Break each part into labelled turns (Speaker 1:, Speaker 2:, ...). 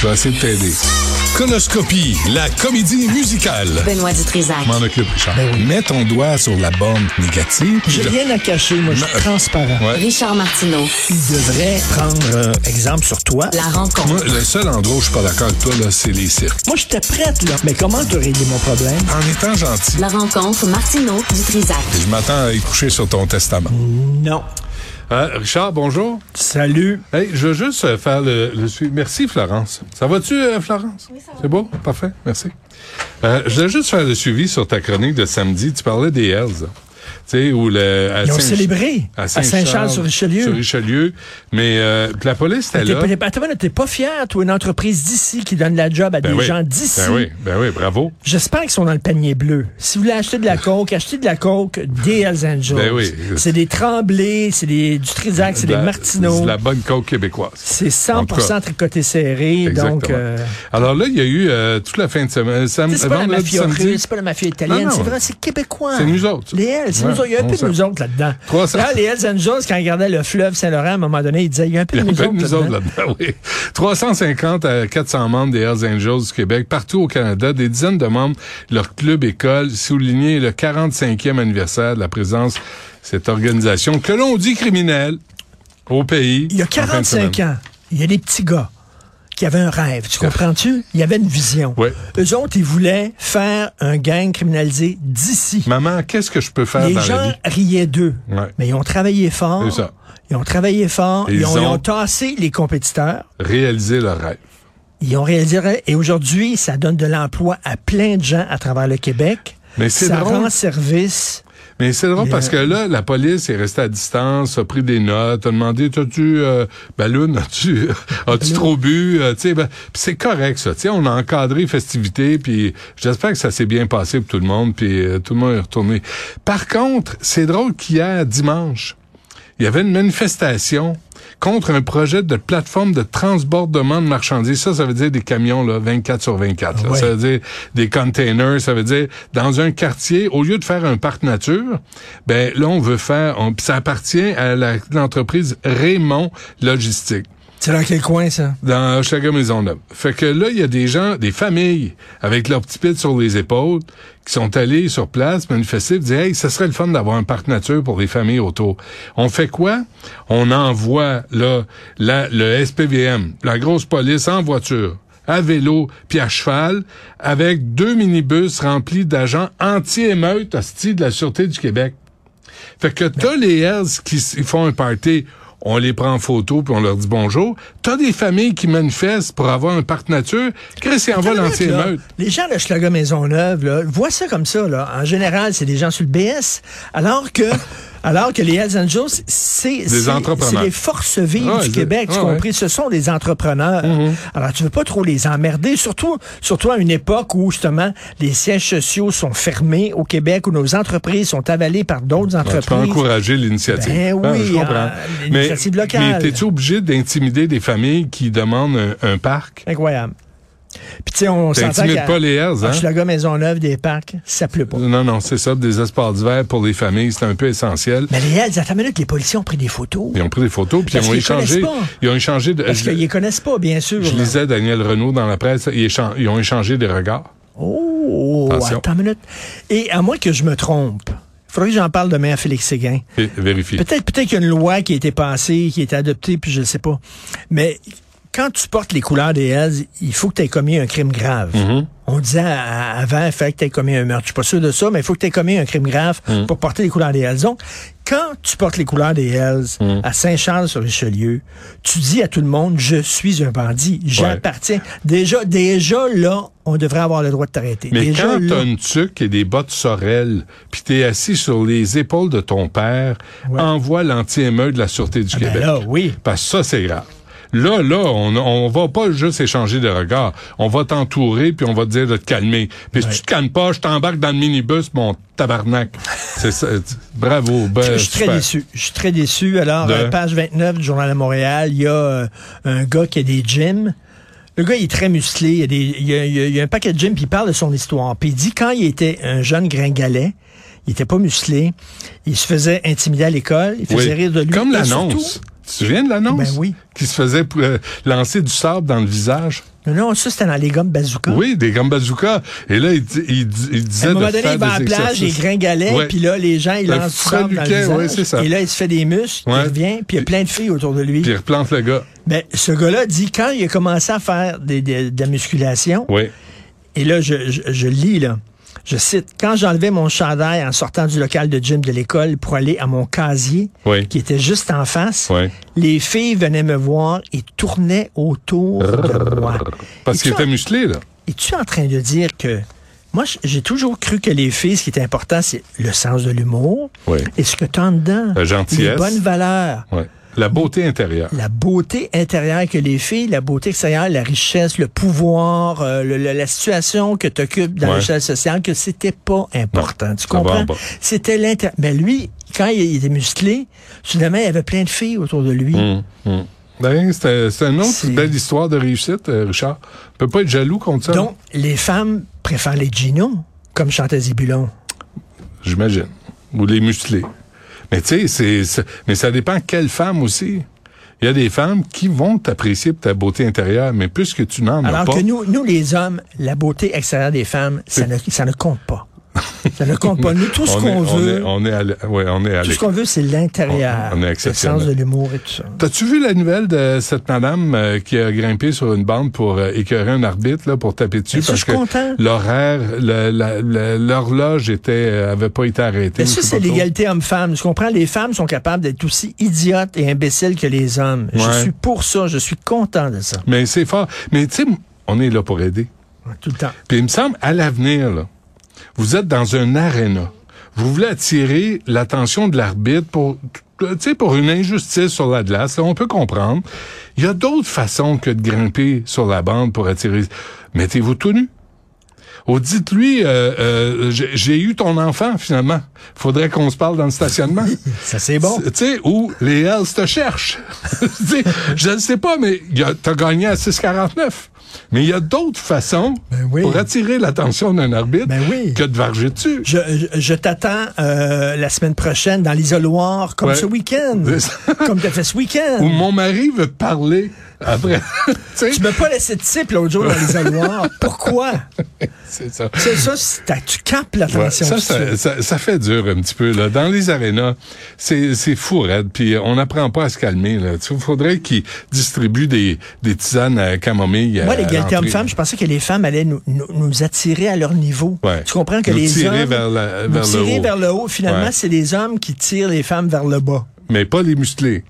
Speaker 1: Je vais essayer de t'aider. Conoscopie, la comédie musicale.
Speaker 2: Benoît Dutrisac.
Speaker 1: M'en occupe, Richard. Mets ton doigt sur la bande négative.
Speaker 3: J'ai
Speaker 1: Je-
Speaker 3: rien à cacher, moi, je suis
Speaker 1: Ma-
Speaker 3: transparent.
Speaker 1: Ouais.
Speaker 2: Richard Martineau.
Speaker 3: Il devrait prendre euh, exemple sur toi.
Speaker 2: La rencontre.
Speaker 1: Moi, le seul endroit où je suis pas d'accord avec toi, là, c'est les cirques.
Speaker 3: Moi, j'étais prête, là. Mais comment t'as réglé mon problème?
Speaker 1: En étant gentil,
Speaker 2: La rencontre Martineau du Trisac.
Speaker 1: je m'attends à y coucher sur ton testament.
Speaker 3: Non.
Speaker 4: Euh, Richard, bonjour.
Speaker 3: Salut.
Speaker 4: Hey, je veux juste euh, faire le, le suivi. Merci, Florence. Ça va-tu, euh, Florence? Oui, ça va. C'est beau? Parfait, merci. Euh, je voulais juste faire le suivi sur ta chronique de samedi. Tu parlais des Hells. hein. Tu sais, où le. à
Speaker 3: Ils ont
Speaker 4: Saint-
Speaker 3: célébré à Saint-Charles sur Richelieu.
Speaker 4: Sur Richelieu. Mais euh, la police était
Speaker 3: T'es
Speaker 4: là.
Speaker 3: pas- t'es pas- Attends, mais t'es pas fier, toi, une entreprise d'ici qui donne la job à
Speaker 4: Ben
Speaker 3: des
Speaker 4: oui.
Speaker 3: gens d'ici.
Speaker 4: Ben oui, ben oui, bravo.
Speaker 3: J'espère qu'ils sont dans le panier bleu. Si vous voulez acheter de la coke, achetez de la coke des Hells Angels.
Speaker 4: Ben oui.
Speaker 3: C'est des Tremblay, c'est des du Trisac, Ah, c'est
Speaker 4: De
Speaker 3: des
Speaker 4: la-
Speaker 3: Martineau.
Speaker 4: de la bonne coke québécoise.
Speaker 3: C'est
Speaker 4: En tout
Speaker 3: 100%
Speaker 4: cas.
Speaker 3: tricoté serré, donc...
Speaker 4: Exactement.
Speaker 3: euh,
Speaker 4: Alors là, il y a eu euh, toute la fin de semaine.
Speaker 3: tu
Speaker 4: Sam-
Speaker 3: sais, c'est pas la
Speaker 4: vendredi,
Speaker 3: mafia
Speaker 4: samedi.
Speaker 3: russe, c'est pas la mafia italienne,
Speaker 4: Non, non.
Speaker 3: c'est vrai, c'est québécois.
Speaker 4: C'est nous autres.
Speaker 3: Les Hells, c'est
Speaker 4: Ouais,
Speaker 3: nous autres. Il y a un
Speaker 4: on
Speaker 3: peu de
Speaker 4: sait.
Speaker 3: nous autres là-dedans.
Speaker 4: 300.
Speaker 3: Là, les Hells Angels, quand ils regardaient le fleuve Saint-Laurent, à un moment donné, ils disaient, il y a un peu de
Speaker 4: Il y a
Speaker 3: nous
Speaker 4: pas
Speaker 3: autres
Speaker 4: de nous autres
Speaker 3: là-dedans.
Speaker 4: là-dedans, oui. 350 à 400 membres des Hells Angels du Québec, partout au Canada, des dizaines de membres de leur club école, soulignaient le 45e anniversaire de la présence de cette organisation que l'on dit criminelle au pays.
Speaker 3: Il y a
Speaker 4: en fin de semaine.
Speaker 3: 45 ans, il y a des petits gars qui avaient un rêve. Tu comprends-tu? Il y avait une vision.
Speaker 4: Ouais.
Speaker 3: Eux autres, ils voulaient faire un gang criminalisé d'ici.
Speaker 4: Maman, qu'est-ce que je peux faire
Speaker 3: Les
Speaker 4: dans la
Speaker 3: gens
Speaker 4: vie?
Speaker 3: riaient d'eux.
Speaker 4: Ouais.
Speaker 3: Mais ils ont travaillé fort.
Speaker 4: C'est ça.
Speaker 3: Ils ont travaillé fort.
Speaker 4: Ils
Speaker 3: Ils ont, ils ont
Speaker 4: ont-
Speaker 3: tassé les compétiteurs.
Speaker 4: Réaliser leur rêve.
Speaker 3: Ils ont réalisé. Et aujourd'hui, ça donne de l'emploi à plein de gens à travers le Québec.
Speaker 4: Mais c'est
Speaker 3: ça
Speaker 4: drôle.
Speaker 3: rend service.
Speaker 4: Mais c'est drôle
Speaker 3: Mais,
Speaker 4: parce
Speaker 3: euh,
Speaker 4: que là, la police est restée à distance, a pris des notes, a demandé, t'as-tu, euh, Balloon, as-tu, as-tu trop bu? Euh, tu sais, ben, pis c'est correct, ça. Tu sais, on a encadré les festivités, puis j'espère que ça s'est bien passé pour tout le monde, puis euh, tout le monde est retourné. Par contre, c'est drôle qu'hier, dimanche, il y avait une manifestation contre un projet de plateforme de transbordement de marchandises. Ça, ça veut dire des camions là, 24 sur 24. là.
Speaker 3: Ouais.
Speaker 4: Ça veut dire des containers. Ça veut dire dans un quartier, au lieu de faire un parc nature, ben là on veut faire. on- pis ça appartient à la- l'entreprise Raymond Logistique
Speaker 3: C'est dans quel coin, ça?
Speaker 4: dans chaque maison neuve. Fait que là, il y a des gens, des familles, avec leurs petits pits sur les épaules, qui sont allés sur place manifester, dire hey, ça serait le fun d'avoir un parc nature pour les familles autour. On fait quoi On envoie là la, le SPVM, la grosse police en voiture à vélo puis à cheval, avec deux minibus remplis d'agents anti-émeutes hostie de la Sûreté du Québec. Fait que
Speaker 3: Ben.
Speaker 4: t'as les Hells qui s- font un party, on les prend en photo puis on leur dit bonjour. T'as des familles qui manifestent pour avoir un parc nature. Chris, il envoie
Speaker 3: Attends une minute, là.
Speaker 4: l'anti-émeute.
Speaker 3: Les gens de Schlager Maisonneuve, là, voient ça comme ça, là. En général, c'est des gens sur le BS. Alors que, alors que les Hells Angels, c'est, c'est-
Speaker 4: entrepreneurs.
Speaker 3: c'est les forces vives
Speaker 4: Ah,
Speaker 3: du
Speaker 4: c'est-
Speaker 3: Québec, tu
Speaker 4: ah, Mm-hmm.
Speaker 3: compris? Ce sont des entrepreneurs. Alors, tu veux pas trop les emmerder, surtout, surtout à une époque où, justement, les sièges sociaux sont fermés au Québec, où nos entreprises sont avalées par d'autres
Speaker 4: Ouais, Tu peux
Speaker 3: entreprises.
Speaker 4: encourager l'initiative.
Speaker 3: Ben
Speaker 4: Ah,
Speaker 3: oui,
Speaker 4: je comprends.
Speaker 3: ah, l'initiative
Speaker 4: mais,
Speaker 3: locale.
Speaker 4: Mais t'es-tu obligé d'intimider des familles qui demandent un, un parc?
Speaker 3: Incroyable. Puis, tu sais, on s'entend Ah,
Speaker 4: T'intimides
Speaker 3: qu'à
Speaker 4: pas les Hells,
Speaker 3: à
Speaker 4: hein?
Speaker 3: Schlager Maisonneuve des parcs, ça pleut pas.
Speaker 4: Non, non, c'est ça, des espaces d'hiver pour les familles, c'est un peu essentiel.
Speaker 3: Mais les Hells, attends une minute, les policiers ont pris des photos.
Speaker 4: Ils ont pris des photos, puis
Speaker 3: Parce
Speaker 4: ils ont
Speaker 3: qu'ils
Speaker 4: échangé.
Speaker 3: connaissent pas.
Speaker 4: Ils ont échangé de.
Speaker 3: Parce
Speaker 4: euh, je-
Speaker 3: qu'ils les connaissent pas, bien sûr.
Speaker 4: je lisais Daniel Renault dans la presse, ils, échan- ils ont échangé des regards.
Speaker 3: Oh,
Speaker 4: Attention.
Speaker 3: attends une minute. Et à moins que je me trompe, il faudrait que j'en parle demain à Félix Séguin.
Speaker 4: Et- Vérifie.
Speaker 3: Peut-être peut qu'il y a une loi qui a été passée, qui a été adoptée, puis je ne sais pas. Mais quand tu portes les couleurs des Hells, il faut que tu aies commis un crime grave.
Speaker 4: Mm-hmm.
Speaker 3: On disait
Speaker 4: Mm.
Speaker 3: à- à- avant, il fallait que tu aies commis un meurtre. Je suis pas sûr de ça, mais il faut que tu aies commis un crime grave pour porter les couleurs des Hells. Donc, Quand tu portes les couleurs des Hells
Speaker 4: Mm.
Speaker 3: à Saint-Charles-sur-Richelieu, tu dis à tout le monde, je suis un bandit, j'appartiens. Déjà, déjà là, on devrait avoir le droit de t'arrêter.
Speaker 4: Mais
Speaker 3: Déjà
Speaker 4: quand
Speaker 3: là-
Speaker 4: t'as une tuque et des bottes sorel, puis t'es assis sur les épaules de ton père,
Speaker 3: Ouais.
Speaker 4: envoie l'anti-émeute de la Sûreté du
Speaker 3: ben
Speaker 4: Québec.
Speaker 3: là, oui.
Speaker 4: Parce que ça, c'est grave. Là, là, on, on va pas juste échanger de regards. On va t'entourer, puis on va te dire de te calmer. Puis si tu te calmes pas, je t'embarque dans le minibus, mon tabarnak. c'est ça. tu- Bravo. Ben,
Speaker 3: je suis très
Speaker 4: super.
Speaker 3: déçu. Je suis très déçu. Alors,
Speaker 4: De-
Speaker 3: euh, page 29 du Journal de Montréal, il y a euh, un gars qui a des gyms. Le gars, il est très musclé. Il y a, des, il y a- il y a- il y a un paquet de gyms, puis il parle de son histoire. Puis il dit quand il était un jeune gringalet, il était pas musclé, il se faisait intimider à l'école, il
Speaker 4: Oui.
Speaker 3: faisait rire de lui.
Speaker 4: Comme
Speaker 3: Et
Speaker 4: l'annonce.
Speaker 3: surtout-
Speaker 4: Tu te souviens de l'annonce?
Speaker 3: Ben oui.
Speaker 4: Qui se faisait euh, lancer du sable dans le visage.
Speaker 3: Non, non, ça, c'était dans les gommes bazooka.
Speaker 4: Oui, des gambazookas. Et là, il, di- il di- il
Speaker 3: À
Speaker 4: disait
Speaker 3: un moment
Speaker 4: de
Speaker 3: donné,
Speaker 4: faire
Speaker 3: il va à
Speaker 4: des
Speaker 3: la plage, il
Speaker 4: exercices.
Speaker 3: gringalait,
Speaker 4: Ouais.
Speaker 3: puis là, les gens, ils
Speaker 4: Le
Speaker 3: lancent du sable dans le
Speaker 4: freluquet,
Speaker 3: visage,
Speaker 4: ouais, c'est ça.
Speaker 3: Et là, il se fait des muscles,
Speaker 4: Ouais.
Speaker 3: il revient, puis il y a plein de filles autour de lui.
Speaker 4: Puis il replante le gars.
Speaker 3: Ben, ce gars-là dit quand il a commencé à faire des- des- de la musculation,
Speaker 4: Oui.
Speaker 3: et là, je, je- je lis, là. Je cite, quand j'enlevais mon chandail en sortant du local de gym de l'école pour aller à mon casier,
Speaker 4: Oui.
Speaker 3: qui était juste en face,
Speaker 4: Oui.
Speaker 3: les filles venaient me voir et tournaient autour de moi.
Speaker 4: Parce qu'il
Speaker 3: Es-tu
Speaker 4: était musclé, là.
Speaker 3: en- Es-tu en train de dire que... Moi, j- j'ai toujours cru que les filles, ce qui était important, c'est le sens de l'humour
Speaker 4: Oui.
Speaker 3: et ce que tu as en dedans.
Speaker 4: La gentillesse.
Speaker 3: Les bonnes valeurs
Speaker 4: Oui. La beauté intérieure.
Speaker 3: la beauté intérieure que les filles, la beauté extérieure, la richesse, le pouvoir, euh, le- le- la situation que tu occupes dans
Speaker 4: Ouais.
Speaker 3: l'échelle sociale, que c'était pas important. tu
Speaker 4: ça va en
Speaker 3: comprends?
Speaker 4: bas.
Speaker 3: C'était l'intérêt. Mais lui, quand il, il était musclé, soudainement, il y avait plein de filles autour de lui.
Speaker 4: Mm. Ben, c'est c'est une autre
Speaker 3: C'est-
Speaker 4: belle histoire de réussite, euh, Richard. On peut pas être jaloux contre ça.
Speaker 3: Donc, les femmes préfèrent les ginos, comme chantait Zébulon.
Speaker 4: J'imagine. Ou les musclés. Mais tu sais, c'est- c'est- mais ça dépend quelle femme aussi. Il y a des femmes qui vont t'apprécier pour ta beauté intérieure, mais puisque tu n'en as
Speaker 3: Alors
Speaker 4: pas.
Speaker 3: que nous, nous, les hommes, la beauté extérieure des femmes, ça ne, ça ne compte pas. ça ne compte pas. Nous, tout ce
Speaker 4: on
Speaker 3: qu'on
Speaker 4: est- on
Speaker 3: veut,
Speaker 4: est- On est, à l'- ouais, on est à
Speaker 3: tout ce
Speaker 4: l'école.
Speaker 3: qu'on veut, c'est l'intérieur.
Speaker 4: On- on est
Speaker 3: le
Speaker 4: exceptionnel.
Speaker 3: sens de l'humour et tout ça.
Speaker 4: T'as-tu vu la nouvelle de cette madame euh, qui a grimpé sur une bande pour euh, écœurer un arbitre, là, pour taper dessus?
Speaker 3: Mais Ben, ça,
Speaker 4: parce
Speaker 3: je suis content.
Speaker 4: que l'horaire, le- la- la- l'horloge était, euh, avait pas été arrêtée.
Speaker 3: Mais
Speaker 4: ou
Speaker 3: Ben, ça,
Speaker 4: je sais
Speaker 3: c'est
Speaker 4: pas trop.
Speaker 3: l'égalité homme-femme. Je comprends, les femmes sont capables d'être aussi idiotes et imbéciles que les hommes. Je
Speaker 4: Ouais.
Speaker 3: suis pour ça, je suis content de ça,
Speaker 4: Mais c'est fort. Mais tu sais, on est là pour aider.
Speaker 3: tout le temps.
Speaker 4: Puis il me semble, à l'avenir, là, vous êtes dans un aréna. Vous voulez attirer l'attention de l'arbitre pour, tu sais, pour une injustice sur la glace. Là, on peut comprendre. Il y a d'autres façons que de grimper sur la bande pour attirer. Mettez-vous tout nu. Oh, dites-lui, euh, euh, j'ai j'ai eu ton enfant, finalement. Faudrait qu'on se parle dans le stationnement.
Speaker 3: Ça, c'est bon.
Speaker 4: Tu sais, où les Hells te cherchent. Tu sais, je ne sais pas, mais il y a- t'as gagné à 6,49. Mais il y a d'autres façons
Speaker 3: Ben oui.
Speaker 4: pour attirer l'attention d'un arbitre
Speaker 3: Ben oui.
Speaker 4: que de varger dessus.
Speaker 3: Je, je- je t'attends euh, la semaine prochaine dans l'isoloir, comme
Speaker 4: Ouais.
Speaker 3: ce week-end.
Speaker 4: C'est ça.
Speaker 3: comme tu as fait ce week-end.
Speaker 4: Ou mon mari veut parler après. tu sais,
Speaker 3: Tu m'as pas laissé de type l'autre jour dans l'isoloir. Pourquoi?
Speaker 4: c'est ça.
Speaker 3: Tu sais, ça, c'est- t'as- tu capes
Speaker 4: Ouais,
Speaker 3: l'attention.
Speaker 4: ça,
Speaker 3: tout de
Speaker 4: ça,
Speaker 3: suite.
Speaker 4: ça- ça fait dur un petit peu. Là. Dans les arénas, c'est c'est fou raide. Puis on n'apprend pas à se calmer. Là. Tu- faudrait qu'ils distribuent des, des tisanes à camomille.
Speaker 3: Moi,
Speaker 4: Euh, à
Speaker 3: l'égalité
Speaker 4: l'entrée.
Speaker 3: homme-femme, je pensais que les femmes allaient nous, nous- nous attirer à leur niveau.
Speaker 4: Ouais.
Speaker 3: Tu comprends que
Speaker 4: Nous
Speaker 3: les
Speaker 4: tirer
Speaker 3: hommes...
Speaker 4: vers la-
Speaker 3: nous
Speaker 4: vers le
Speaker 3: tirer
Speaker 4: haut.
Speaker 3: vers le haut. Finalement,
Speaker 4: Ouais.
Speaker 3: c'est les hommes qui tirent les femmes vers le bas.
Speaker 4: Mais pas les musclés.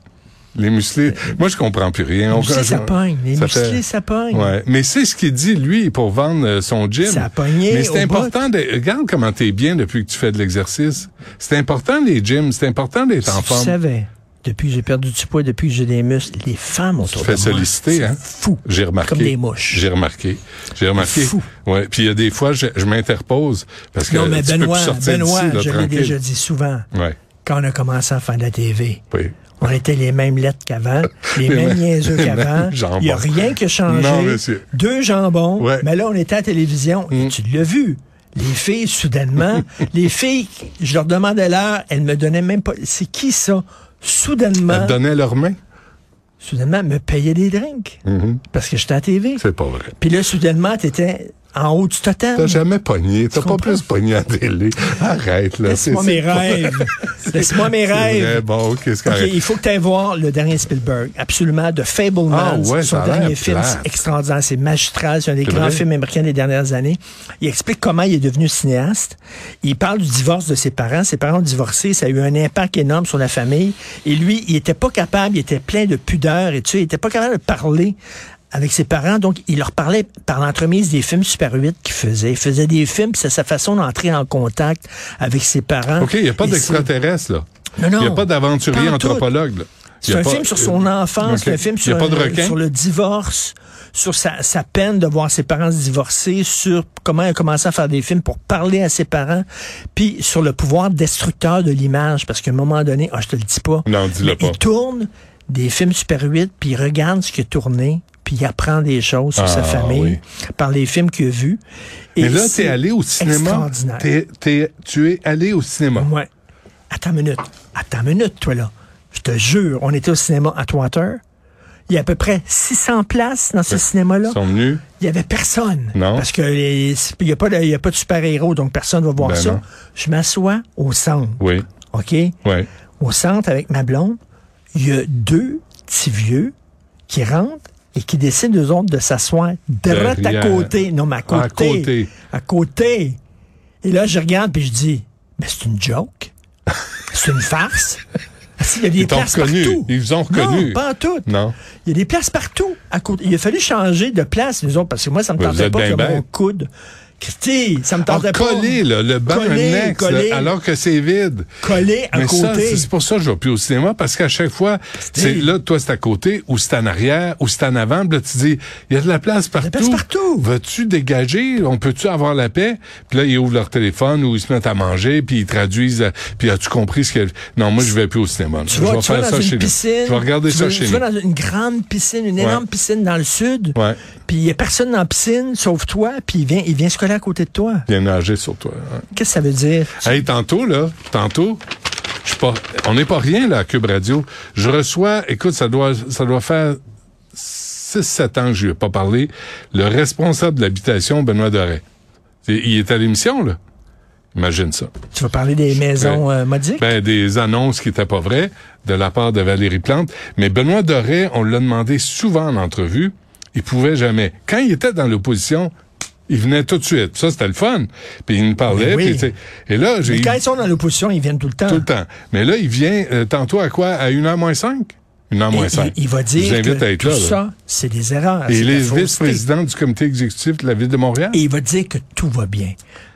Speaker 4: Les musclés, moi je comprends plus rien. On-
Speaker 3: Euh, musclés, ça
Speaker 4: je-
Speaker 3: pogne. Les musclés, ça pogne.
Speaker 4: Ouais. Mais c'est ce qu'il dit, lui, pour vendre euh, son gym.
Speaker 3: Ça a pogné
Speaker 4: Mais
Speaker 3: au
Speaker 4: c'est important de... Regarde comment t'es bien depuis que tu fais de l'exercice. C'est important les gyms, c'est important d'être en
Speaker 3: Si tu
Speaker 4: forme.
Speaker 3: savais, depuis que j'ai perdu du poids, depuis que j'ai des muscles, les femmes autour
Speaker 4: Tu te
Speaker 3: de moi.
Speaker 4: fais solliciter,
Speaker 3: c'est
Speaker 4: hein?
Speaker 3: fou.
Speaker 4: J'ai remarqué.
Speaker 3: Comme des mouches.
Speaker 4: J'ai remarqué. J'ai remarqué.
Speaker 3: Fou.
Speaker 4: Ouais. Puis il y a des fois, je, je m'interpose parce que
Speaker 3: Non, mais
Speaker 4: Euh, tu peux
Speaker 3: Benoît,
Speaker 4: plus sortir
Speaker 3: Benoît,
Speaker 4: d'ici, là,
Speaker 3: je l'ai
Speaker 4: tranquille.
Speaker 3: déjà dit souvent,
Speaker 4: Ouais.
Speaker 3: quand on a commencé à faire de la TV,
Speaker 4: Oui.
Speaker 3: on était les mêmes lettres qu'avant, les
Speaker 4: Les
Speaker 3: mêmes
Speaker 4: mêmes-
Speaker 3: niaiseux
Speaker 4: les
Speaker 3: qu'avant.
Speaker 4: mêmes jambons.
Speaker 3: Il n'y a rien qui a changé.
Speaker 4: Non, monsieur.
Speaker 3: Deux jambons.
Speaker 4: Ouais. Mm.
Speaker 3: Mais là, on était à la télévision. Et tu l'as vu. Les filles, soudainement, les filles, je leur demandais l'heure, elles me donnaient même pas. C'est qui ça? Soudainement,
Speaker 4: Elles donnaient leurs mains.
Speaker 3: soudainement, me payaient des drinks. Parce que j'étais à la TV.
Speaker 4: Mm-hmm. C'est pas vrai.
Speaker 3: Puis là, soudainement, t'étais en haut du totem.
Speaker 4: T'as jamais pogné. T'as
Speaker 3: Ah. Tu
Speaker 4: pas
Speaker 3: comprends?
Speaker 4: plus pogné à télé. Arrête, là.
Speaker 3: Laisse-moi
Speaker 4: c'est-
Speaker 3: mes
Speaker 4: c'est-
Speaker 3: rêves. Laisse-moi mes
Speaker 4: c'est vrai.
Speaker 3: rêves.
Speaker 4: Bon, OK, c'est
Speaker 3: Ok,
Speaker 4: correct.
Speaker 3: il faut que tu ailles voir le dernier Spielberg, absolument, de Fableman.
Speaker 4: Ah ouais, ça
Speaker 3: son
Speaker 4: a l'air
Speaker 3: dernier film,
Speaker 4: plate.
Speaker 3: c'est extraordinaire, c'est magistral, c'est un des
Speaker 4: C'est
Speaker 3: grands
Speaker 4: vrai?
Speaker 3: films américains des dernières années. Il explique comment il est devenu cinéaste. Il parle du divorce de ses parents. Ses parents ont divorcé, ça a eu un impact énorme sur la famille. Et lui, il était pas capable, il était plein de pudeur et tout ça, il était pas capable de parler avec ses parents, donc il leur parlait par l'entremise des films Super 8 qu'il faisait. Il faisait des films, puis c'est sa façon d'entrer en contact avec ses parents.
Speaker 4: OK, il n'y a pas
Speaker 3: Et c'est-
Speaker 4: d'extraterrestre, là.
Speaker 3: Non, non.
Speaker 4: Il n'y a pas d'aventurier
Speaker 3: Pas en tout.
Speaker 4: anthropologue, là.
Speaker 3: C'est
Speaker 4: Y a
Speaker 3: un
Speaker 4: pas-
Speaker 3: film sur son
Speaker 4: OK.
Speaker 3: enfance, c'est un film
Speaker 4: Y a
Speaker 3: sur,
Speaker 4: pas de
Speaker 3: un-
Speaker 4: requin?
Speaker 3: sur le divorce, sur sa, sa peine de voir ses parents se divorcer, sur comment il a commencé à faire des films pour parler à ses parents, puis sur le pouvoir destructeur de l'image, parce qu'à un moment donné, ah, je te le dis pas,
Speaker 4: Non, dis-le
Speaker 3: mais
Speaker 4: pas.
Speaker 3: il tourne des films Super 8, puis il regarde ce qu'il a tourné, puis il apprend des choses sur
Speaker 4: Ah,
Speaker 3: sa famille, par les films qu'il a vus. Et
Speaker 4: Mais là,
Speaker 3: c'est
Speaker 4: t'es allé au cinéma.
Speaker 3: Extraordinaire.
Speaker 4: T'es- t'es- tu es allé au cinéma.
Speaker 3: Ouais. Attends une minute. Attends une minute, toi, là. Je te jure, on était au cinéma Atwater. Il y a à peu près 600 places dans ce cinéma-là.
Speaker 4: Ils sont venus.
Speaker 3: Il n'y avait personne.
Speaker 4: Non.
Speaker 3: Parce qu'il n'y a, pas de- il y a pas de super-héros, donc personne ne va voir
Speaker 4: Ben
Speaker 3: ça.
Speaker 4: non.
Speaker 3: Je m'assois au centre.
Speaker 4: Oui,
Speaker 3: OK?
Speaker 4: oui.
Speaker 3: Au centre, avec ma blonde, il y a deux petits vieux qui rentrent et qui décident, eux autres, de s'asseoir droit à
Speaker 4: Derrière. Ah,
Speaker 3: côté. Non, mais à côté.
Speaker 4: À côté.
Speaker 3: À côté. Et là, je regarde puis je dis, mais c'est une joke. C'est une farce. Ah, Il y a des
Speaker 4: Ils t'ont
Speaker 3: places
Speaker 4: reconnu.
Speaker 3: partout.
Speaker 4: Ils vous ont reconnu.
Speaker 3: Non, pas en tout.
Speaker 4: Non.
Speaker 3: Il y a des places partout. À côté. Il a fallu changer de place, nous autres, parce que moi, ça me
Speaker 4: Vous
Speaker 3: tentait
Speaker 4: êtes
Speaker 3: pas que
Speaker 4: bien
Speaker 3: mon
Speaker 4: bête.
Speaker 3: coude. Christy, ça me
Speaker 4: Ah,
Speaker 3: tentait pas.
Speaker 4: collé, là, le banc
Speaker 3: Collé,
Speaker 4: annexe, là,
Speaker 3: collé.
Speaker 4: alors que c'est vide.
Speaker 3: Collé à
Speaker 4: Mais ça,
Speaker 3: côté.
Speaker 4: c'est- c'est pour ça que je vais plus au cinéma, parce qu'à chaque fois, c'est là, toi, c'est à côté, ou c'est en arrière, ou c'est en avant, puis là, tu dis, il y a de la place partout.
Speaker 3: place partout.
Speaker 4: Veux-tu dégager? On peut-tu avoir la paix? Puis là, ils ouvrent leur téléphone, ou ils se mettent à manger, puis ils traduisent, euh, puis as-tu compris ce que... Non, moi, je vais plus au cinéma. là.
Speaker 3: Tu
Speaker 4: je
Speaker 3: vas,
Speaker 4: vais
Speaker 3: tu vas
Speaker 4: faire
Speaker 3: dans
Speaker 4: ça
Speaker 3: une
Speaker 4: chez
Speaker 3: piscine.
Speaker 4: nous. Je vais regarder
Speaker 3: tu
Speaker 4: ça
Speaker 3: vas-
Speaker 4: chez
Speaker 3: Tu
Speaker 4: nous.
Speaker 3: vas dans une grande piscine, une énorme
Speaker 4: Ouais.
Speaker 3: piscine dans le sud.
Speaker 4: Ouais.
Speaker 3: Puis il n'y a personne dans la piscine, sauf toi, puis il vient, il vient se coller à côté de toi.
Speaker 4: Viens nager sur toi. hein.
Speaker 3: Qu'est-ce que ça veut dire?
Speaker 4: Hey, tantôt, là, tantôt, je suis pas, on n'est pas rien, là, à Cube Radio. Je reçois, écoute, ça doit, ça doit faire 6-7 ans que je lui ai pas parlé, le responsable de l'habitation, Benoît Doré. Il est à l'émission, là. Imagine ça.
Speaker 3: Tu vas parler des maisons euh, modiques?
Speaker 4: Ben, des annonces qui étaient pas vraies de la part de Valérie Plante. Mais Benoît Doré, on l'a demandé souvent en entrevue. Il pouvait jamais. Quand il était dans l'opposition, il venait tout de suite. Ça, c'était le fun. Puis il nous parlait.
Speaker 3: Mais oui.
Speaker 4: puis, tu sais, et là, j'ai
Speaker 3: Mais
Speaker 4: eu-
Speaker 3: quand ils sont dans l'opposition, ils viennent tout le temps.
Speaker 4: tout le temps. Mais là, il vient euh, tantôt à quoi? À 1h moins 5? 1h
Speaker 3: Et
Speaker 4: moins
Speaker 3: il,
Speaker 4: 5.
Speaker 3: il va
Speaker 4: Je
Speaker 3: dire
Speaker 4: vous invite
Speaker 3: que
Speaker 4: à être
Speaker 3: tout
Speaker 4: là. là.
Speaker 3: ça, c'est des erreurs.
Speaker 4: Et
Speaker 3: c'est de
Speaker 4: il
Speaker 3: la
Speaker 4: est
Speaker 3: fausseté.
Speaker 4: vice-président du comité exécutif de la Ville de Montréal.
Speaker 3: Et il va dire que tout va bien.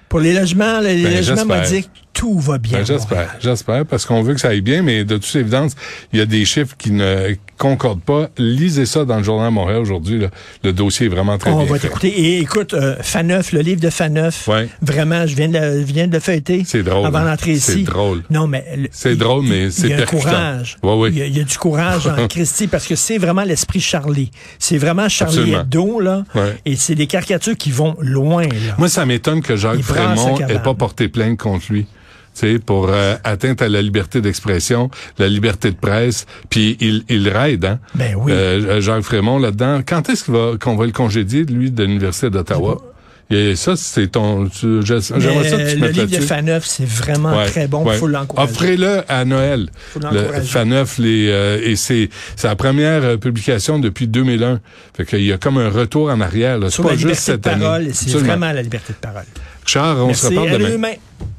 Speaker 3: Pour les logements, les
Speaker 4: Ben,
Speaker 3: logements
Speaker 4: j'espère.
Speaker 3: vont dire que tout va bien.
Speaker 4: Ben,
Speaker 3: à
Speaker 4: j'espère,
Speaker 3: Montréal.
Speaker 4: j'espère, parce qu'on veut que ça aille bien, mais de toute évidence, il y a des chiffres qui ne concordent pas. Lisez ça dans le journal de Montréal aujourd'hui. là. Le dossier est vraiment très
Speaker 3: On
Speaker 4: bien
Speaker 3: va
Speaker 4: fait.
Speaker 3: t'écouter. Et écoute, euh, Faneuf, le livre de Faneuf,
Speaker 4: Ouais.
Speaker 3: vraiment, je viens de le, je viens de le feuilleter
Speaker 4: C'est drôle,
Speaker 3: avant
Speaker 4: hein.
Speaker 3: d'entrer ici.
Speaker 4: C'est drôle.
Speaker 3: Non, mais... le-
Speaker 4: C'est
Speaker 3: il-
Speaker 4: drôle, mais
Speaker 3: il-
Speaker 4: c'est
Speaker 3: Il y a un
Speaker 4: percutant.
Speaker 3: courage.
Speaker 4: Ouais, oui.
Speaker 3: Il, y a, il y a du courage en Christie parce que c'est vraiment l'esprit Charlie. C'est vraiment Charlie
Speaker 4: Absolument.
Speaker 3: Hebdo, là.
Speaker 4: Ouais.
Speaker 3: Et c'est des caricatures qui vont loin, là.
Speaker 4: Moi, ça m'étonne que Jacques
Speaker 3: Il brasse
Speaker 4: Frémont
Speaker 3: la cabane.
Speaker 4: ait pas porté plainte contre lui. Tu sais, pour euh, atteinte à la liberté d'expression, la liberté de presse, puis il, il raide, hein?
Speaker 3: Ben oui.
Speaker 4: Euh, Jacques Frémont là-dedans. Quand est-ce qu'il va- qu'on va, le congédier, lui, de l'Université d'Ottawa? Et ça, c'est ton... tu- je- J'aimerais ça que
Speaker 3: Mais,
Speaker 4: tu te mettes
Speaker 3: le livre de
Speaker 4: là-dessus.
Speaker 3: Faneuf, c'est vraiment
Speaker 4: Ouais,
Speaker 3: très bon.
Speaker 4: ouais.
Speaker 3: faut l'encourager.
Speaker 4: Offrez-le à Noël.
Speaker 3: Faut l'encourager.
Speaker 4: Le Faneuf, les, euh, et c'est sa première euh, publication depuis 2001. Fait qu'il y a comme un retour en arrière. là. C'est
Speaker 3: Sur la
Speaker 4: pas
Speaker 3: liberté
Speaker 4: juste cette
Speaker 3: de parole,
Speaker 4: année.
Speaker 3: c'est
Speaker 4: Absolument.
Speaker 3: vraiment la liberté de parole.
Speaker 4: Charles, on
Speaker 3: Merci.
Speaker 4: se reparle
Speaker 3: à
Speaker 4: demain.
Speaker 3: demain.